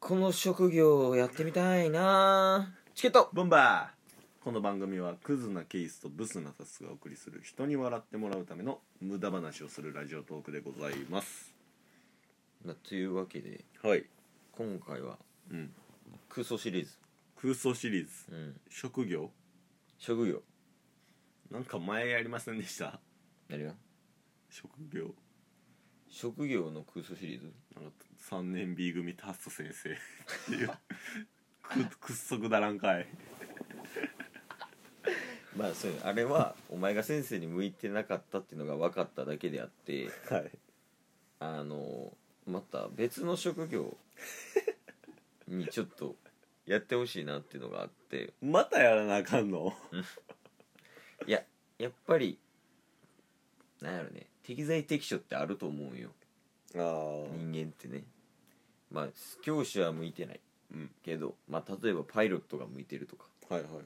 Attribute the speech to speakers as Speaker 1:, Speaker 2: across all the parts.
Speaker 1: この職業をやってみたいなチケット
Speaker 2: ボンバーこの番組はクズなケースとブスなタスがお送りする人に笑ってもらうための無駄話をするラジオトークでございます
Speaker 1: まあというわけで
Speaker 2: はい、
Speaker 1: 今回は
Speaker 2: うん、
Speaker 1: 空想シリーズ、
Speaker 2: 空想シリーズ
Speaker 1: うん、
Speaker 2: 職業
Speaker 1: 職業
Speaker 2: なんか前やりませんでした
Speaker 1: やるよ
Speaker 2: 職業
Speaker 1: 職業の空想シリーズ
Speaker 2: なんか3年 B 組タス先生っていうくくっそくだらんかい
Speaker 1: まあそういうあれは お前が先生に向いてなかったっていうのが分かっただけであって
Speaker 2: はい
Speaker 1: あのまた別の職業 にちょっとやってほしいなっていうのがあって
Speaker 2: またやらなあかんの
Speaker 1: いややっぱりなんやろね適材適所ってあると思うんよ
Speaker 2: ああ
Speaker 1: 人間ってねまあ教師は向いてない
Speaker 2: うん
Speaker 1: けど、まあ、例えばパイロットが向いてるとか
Speaker 2: はいはいはい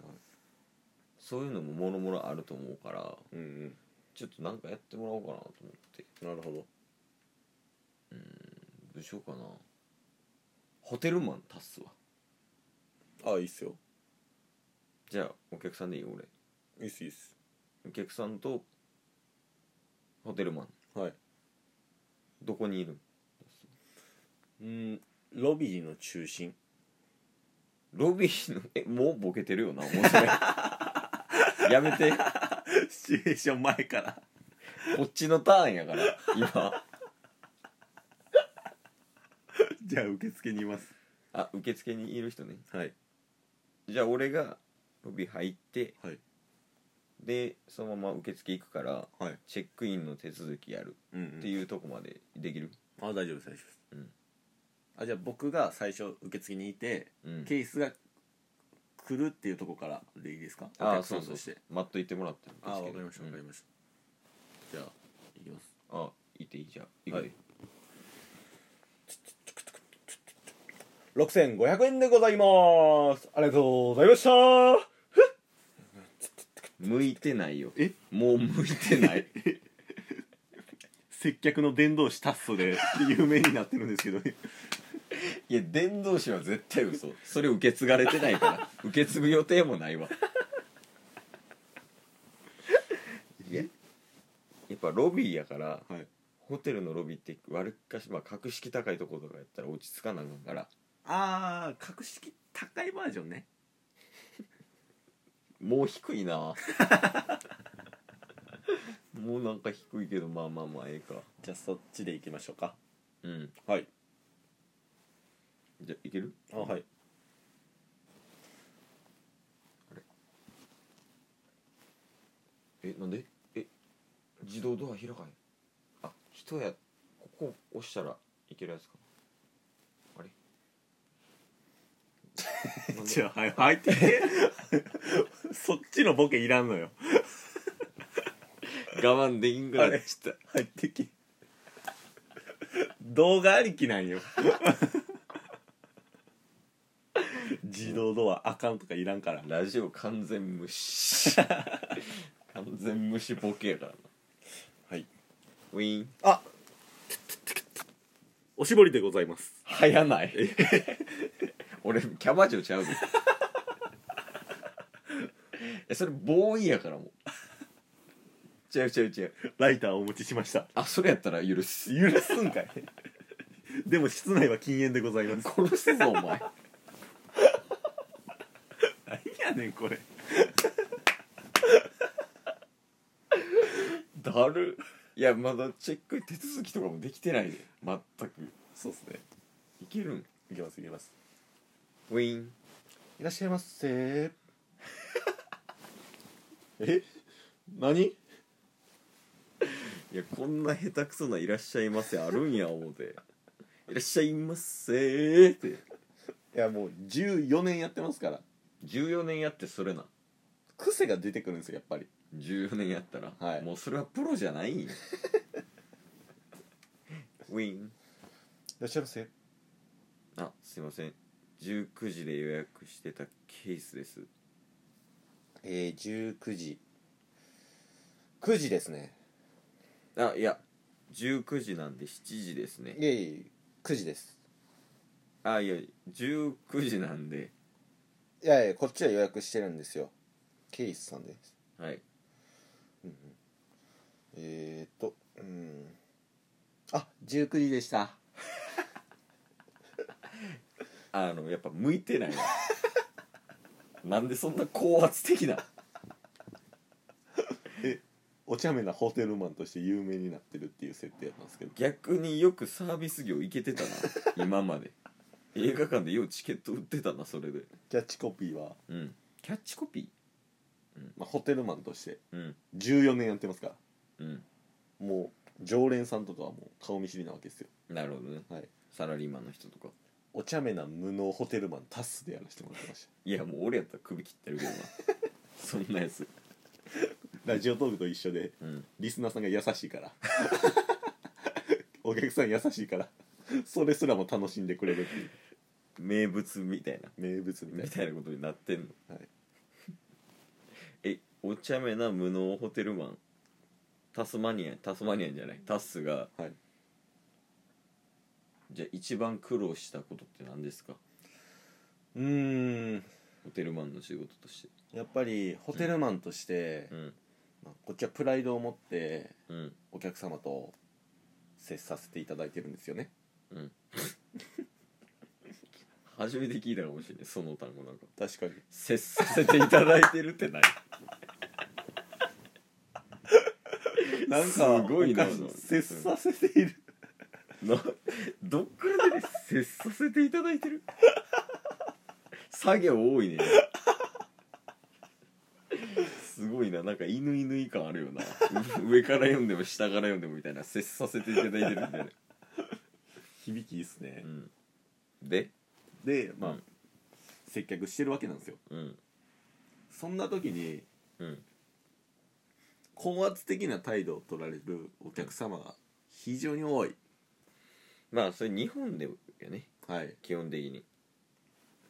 Speaker 1: そういうのももろもろあると思うから
Speaker 2: うんうん
Speaker 1: ちょっとなんかやってもらおうかなと思って
Speaker 2: なるほど
Speaker 1: どうしようかなホテルマン足すわ
Speaker 2: ああいいっすよ
Speaker 1: じゃあお客さんでいいよ俺
Speaker 2: いいっすいいっす
Speaker 1: お客さんとホテルマン
Speaker 2: はい
Speaker 1: どこにいる
Speaker 2: うんロビーの中心
Speaker 1: ロビーのえもうボケてるよなもうそれ やめて
Speaker 2: シチュエーション前から
Speaker 1: こっちのターンやから今
Speaker 2: じゃあ受付にいます
Speaker 1: あ受付にいる人ね
Speaker 2: はい
Speaker 1: じゃあ俺がロビー入って
Speaker 2: はい
Speaker 1: でそのまま受付行くから
Speaker 2: はい
Speaker 1: チェックインの手続きやる
Speaker 2: うん、
Speaker 1: っ
Speaker 2: ってていう
Speaker 1: いうとこまでできる
Speaker 2: あ大丈夫です大丈夫です、
Speaker 1: うん
Speaker 2: あじゃあ僕が最初受付にいて、
Speaker 1: うん
Speaker 2: ケースが来るっていうとこからでいいですかお
Speaker 1: あ
Speaker 2: 客さ
Speaker 1: そ
Speaker 2: ん
Speaker 1: うそう
Speaker 2: として
Speaker 1: 待っといてもらってるんです
Speaker 2: あ
Speaker 1: けど
Speaker 2: わかりました
Speaker 1: う
Speaker 2: わ
Speaker 1: ん
Speaker 2: かりました、じゃあいきます
Speaker 1: あいていいじゃんいいよ
Speaker 2: はい6500円でございますありがとうございました
Speaker 1: 向いてないよ
Speaker 2: え
Speaker 1: もう向いてない
Speaker 2: 接客の伝道師タッソで 有名になってるんですけどね
Speaker 1: いや伝道師は絶対嘘それ受け継がれてないから 受け継ぐ予定もないわいややっぱロビーやから
Speaker 2: はい
Speaker 1: ホテルのロビーって悪っかしまあ格式高いところとかやったら落ち着かなあかんから
Speaker 2: ああ格式高いバージョンね
Speaker 1: もう低い なもうなんか低いけどまあまあまあええか
Speaker 2: じゃあそっちでいきましょうか
Speaker 1: うん
Speaker 2: はい
Speaker 1: じゃあいける
Speaker 2: あはい
Speaker 1: えなんでえ自動ドア開かへんあ人やここ押したらいけるやつかあれなん で
Speaker 2: じゃあはい入ってき てそっちのボケいらんのよ
Speaker 1: 我慢できんから
Speaker 2: あれ
Speaker 1: ちょっ
Speaker 2: 入ってき動画ありきなん よ自動ドアあかんとかいらんから
Speaker 1: とラジオ完全無 視完全無視ボケやからな
Speaker 2: はい
Speaker 1: ウィーン
Speaker 2: あおしぼりでございます
Speaker 1: 早ない俺キャバ嬢ちゃう でえそれボーイやからも う違う違う違う
Speaker 2: ライターをお持ちしました
Speaker 1: あそれやったら許 す
Speaker 2: 許すんかいでも室内は禁煙でございます
Speaker 1: 殺すぞお前
Speaker 2: 何やねんこれ
Speaker 1: だるいやまだチェック手続きとかもできてないで全く
Speaker 2: そうですね
Speaker 1: いけるん
Speaker 2: いきますいきます
Speaker 1: ウィーン
Speaker 2: いらっしゃいませ え何
Speaker 1: いやこんな下手くそないらっしゃいませあるんや思うていらっしゃいませーって
Speaker 2: いやもう14年やってますから
Speaker 1: 14年やってそれな
Speaker 2: 癖が出てくるんですよやっぱり
Speaker 1: 14年やったら、
Speaker 2: はい
Speaker 1: もうそれはプロじゃないんよ ウィン
Speaker 2: いらっしゃいませ
Speaker 1: あすいません19時で予約してたケースです
Speaker 2: えー、19時9時ですね
Speaker 1: あいや19時なんで7時ですね
Speaker 2: いえいえ9時です
Speaker 1: ああいや19時なんで
Speaker 2: いやいやこっちは予約してるんですよケイスさんです
Speaker 1: はい
Speaker 2: えー、っとうんあ19時でした
Speaker 1: あのやっぱ向いてない わなんでそんな高圧的な
Speaker 2: お茶目なホテルマンとして有名になってるっていう設定やったんですけど
Speaker 1: 逆によくサービス業いけてたな今まで映画館でようチケット売ってたなそれで
Speaker 2: キャッチコピーは、
Speaker 1: うんキャッチコピ
Speaker 2: まあ、ホテルマンとして
Speaker 1: ーうん
Speaker 2: 14年やってますから
Speaker 1: うん
Speaker 2: もう常連さんとかはもう顔見知りなわけですよ
Speaker 1: なるほどね、
Speaker 2: はい
Speaker 1: サラリーマンの人とか
Speaker 2: お茶目な無能ホテルマンタスでやらせてもらってまし
Speaker 1: いやもう俺やったら首切ってるけどなそんなやつ
Speaker 2: たラジオトークと一緒で
Speaker 1: うん
Speaker 2: リスナーさんが優しいからお客さん優しいからそれすらも楽しんでくれるっていう
Speaker 1: 名物みたいな
Speaker 2: 名物みたい
Speaker 1: み
Speaker 2: な
Speaker 1: たいなことになってんの
Speaker 2: はい
Speaker 1: えお茶目な無能ホテルマンタスマニアンタスマニアンじゃないタスが、
Speaker 2: はい
Speaker 1: じゃあ一番苦労したことって何ですか
Speaker 2: うーん
Speaker 1: ホテルマンの仕事として
Speaker 2: やっぱりホテルマンとして、
Speaker 1: うん
Speaker 2: まあ、こっちはプライドを持って
Speaker 1: うん
Speaker 2: お客様と接させていただいてるんですよね
Speaker 1: 初めて聞いたかもしれないその単語なんか
Speaker 2: 確か に
Speaker 1: 接させていただいてるってない
Speaker 2: なんか
Speaker 1: すごいな
Speaker 2: おかし接させている
Speaker 1: などっから出て接させていただいてる作業多いねすごいななんか犬犬感あるよなう上から読んでも下から読んでもみたいな接させていただいてるみたいな、
Speaker 2: 響きいいっすね
Speaker 1: うん、で
Speaker 2: でまあ、
Speaker 1: うん
Speaker 2: 接客してるわけなんですよ
Speaker 1: うん
Speaker 2: そんな時に
Speaker 1: うん
Speaker 2: 高圧的な態度を取られるお客様が非常に多い
Speaker 1: まあそれ日本でよね
Speaker 2: はい
Speaker 1: 基本的に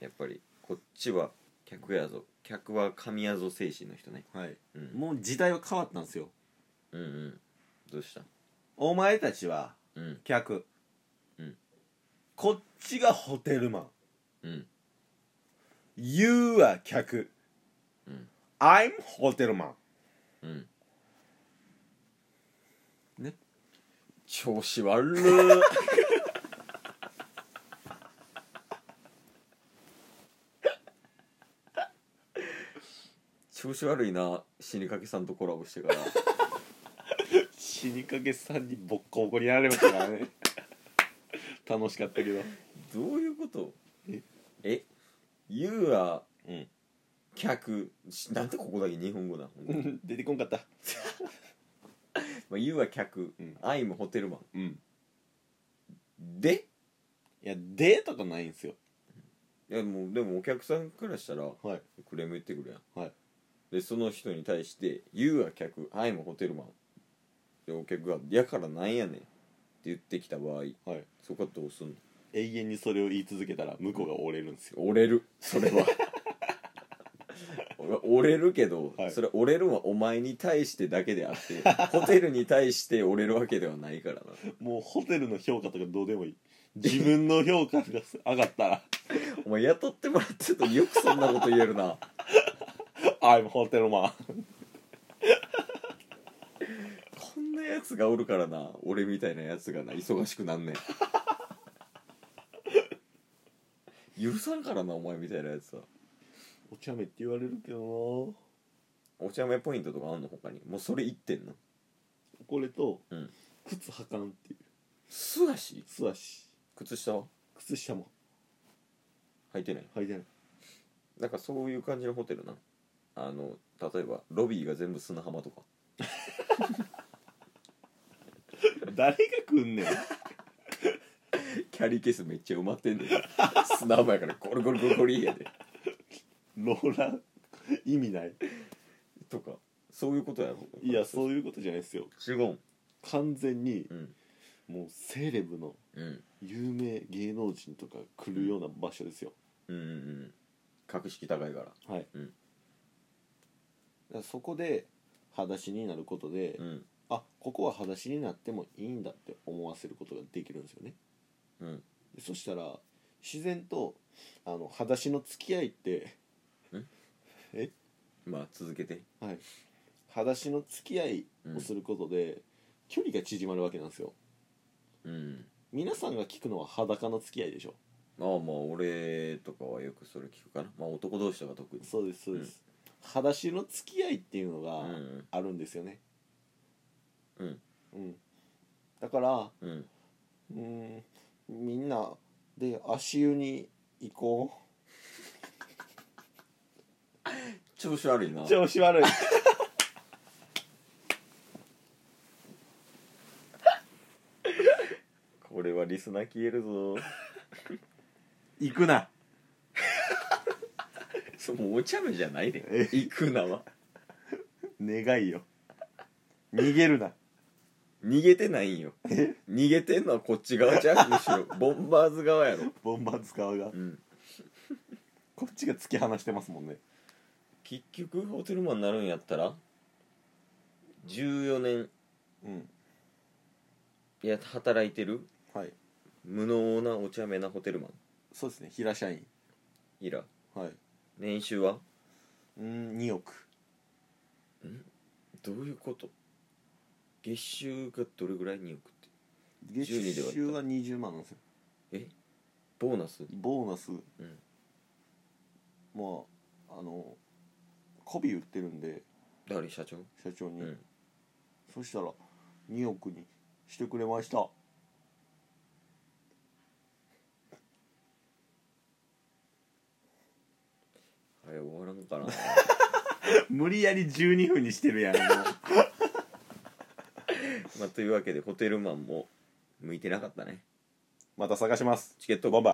Speaker 1: やっぱりこっちは客やぞ客は神やぞ精神の人ね
Speaker 2: はい
Speaker 1: うん
Speaker 2: もう時代は変わったんですよ
Speaker 1: うんうんどうした
Speaker 2: お前たちは
Speaker 1: うん
Speaker 2: 客、
Speaker 1: うん
Speaker 2: こっちがホテルマン
Speaker 1: うん
Speaker 2: You は客、
Speaker 1: うん、
Speaker 2: I'm ホテルマン
Speaker 1: うん
Speaker 2: ね
Speaker 1: 調子悪 る調子悪いな死にかけさんとコラボしてから
Speaker 2: 死にかけさんにボッコボコにやられましたからね楽しかったけど
Speaker 1: どういうこと
Speaker 2: え
Speaker 1: え ?You are
Speaker 2: うん
Speaker 1: 客しなんでここだけ日本語なの、
Speaker 2: うん 出てこんかった
Speaker 1: まあ、You は客、
Speaker 2: うん
Speaker 1: I'm ホテルマン
Speaker 2: うん
Speaker 1: で
Speaker 2: いやデーとかないんですよ
Speaker 1: いやもうでもお客さんからしたら
Speaker 2: はい
Speaker 1: クレーム言ってくるやん、
Speaker 2: はい
Speaker 1: でその人に対して「You は客 I'm ホテルマン」でお客が「やからなんやねん」って言ってきた場合
Speaker 2: はい
Speaker 1: そこはどうすんの
Speaker 2: 永遠にそれを言い続けたら向こうが折れるんですよ
Speaker 1: 折れるそれは 俺は折れるけど、
Speaker 2: はい
Speaker 1: それ折れるはお前に対してだけであってホテルに対して折れるわけではないからな
Speaker 2: もうホテルの評価とかどうでも いい自分の評価が上がったら
Speaker 1: お前雇ってもらってるとよくそんなこと言えるな
Speaker 2: 「I'm ホテルマン
Speaker 1: こんなやつがおるからな俺みたいなやつがな忙しくなんねん許さんからなお前みたいなやつは」
Speaker 2: お茶目って言われるけど
Speaker 1: お茶目ポイントとかあんの他にもうそれ言ってんの
Speaker 2: なこれと、
Speaker 1: うん
Speaker 2: 靴履かんっていう
Speaker 1: 素足
Speaker 2: 素足
Speaker 1: 靴下は
Speaker 2: 靴下も
Speaker 1: 履いてない
Speaker 2: 履いてない
Speaker 1: なんかそういう感じのホテルなあの例えばロビーが全部砂浜とか
Speaker 2: 誰が来んねん
Speaker 1: キャリーケースめっちゃ埋まってんねん砂浜やからゴリゴリゴリゴリやで
Speaker 2: ローラー意味ない
Speaker 1: とかそういうことやろ
Speaker 2: いやそういうことじゃないですよ
Speaker 1: 違うん
Speaker 2: 完全に
Speaker 1: うん
Speaker 2: もうセレブの
Speaker 1: うん
Speaker 2: 有名芸能人とか来るような場所ですよ
Speaker 1: うんうん格式高いから
Speaker 2: はい、
Speaker 1: うん
Speaker 2: だからそこで裸足になることで、
Speaker 1: うん
Speaker 2: あここは裸足になってもいいんだって思わせることができるんですよね
Speaker 1: うん
Speaker 2: でそしたら自然とあの裸足の付き合いって
Speaker 1: まあ続けて
Speaker 2: はい裸足の付き合いをすることで、距離が縮まるわけなんですよ
Speaker 1: うん
Speaker 2: 皆さんが聞くのは裸の付き合いでしょ
Speaker 1: まあまあ俺とかはよくそれ聞くかなまあ男同士とか特に
Speaker 2: そうですそうです、裸足の付き合いっていうの
Speaker 1: う
Speaker 2: が
Speaker 1: ん
Speaker 2: あるんですよね
Speaker 1: うん
Speaker 2: うんだから
Speaker 1: うん
Speaker 2: うんみんなで足湯に行こ
Speaker 1: 調子悪いな
Speaker 2: う調子悪い
Speaker 1: これはリスナー消えるぞ
Speaker 3: 行くな
Speaker 1: そもうお茶目じゃないで行くなは
Speaker 2: 願いよ逃げるな
Speaker 1: 逃げてないんよ逃げてんのはこっち側じゃんむし ろボンバーズ側やろ
Speaker 2: ボンバーズ側が
Speaker 1: うん
Speaker 2: こっちが突き放してますもんね
Speaker 1: 結局ホテルマンになるんやったら14年
Speaker 2: うん
Speaker 1: いや働いてる
Speaker 2: はい
Speaker 1: 無能なお茶目なホテルマン
Speaker 2: そうですね平社員
Speaker 1: いら
Speaker 2: はい
Speaker 1: 年収は
Speaker 2: うん2億
Speaker 1: どういうこと月収がどれぐらいに億って
Speaker 2: 月
Speaker 1: 12で割った
Speaker 2: 収は20万なんですよ
Speaker 1: ボーナス
Speaker 2: ボーナス、
Speaker 1: ん
Speaker 2: まああの媚び売ってるんで
Speaker 1: 誰社長
Speaker 2: 社長に、
Speaker 1: うん
Speaker 2: そしたら2億にしてくれました
Speaker 1: あれ終わらん かな
Speaker 3: 無理やり12分にしてるやんもう
Speaker 1: まあというわけでホテルマンも向いてなかったね
Speaker 2: また探します
Speaker 1: チケット
Speaker 2: ボンバー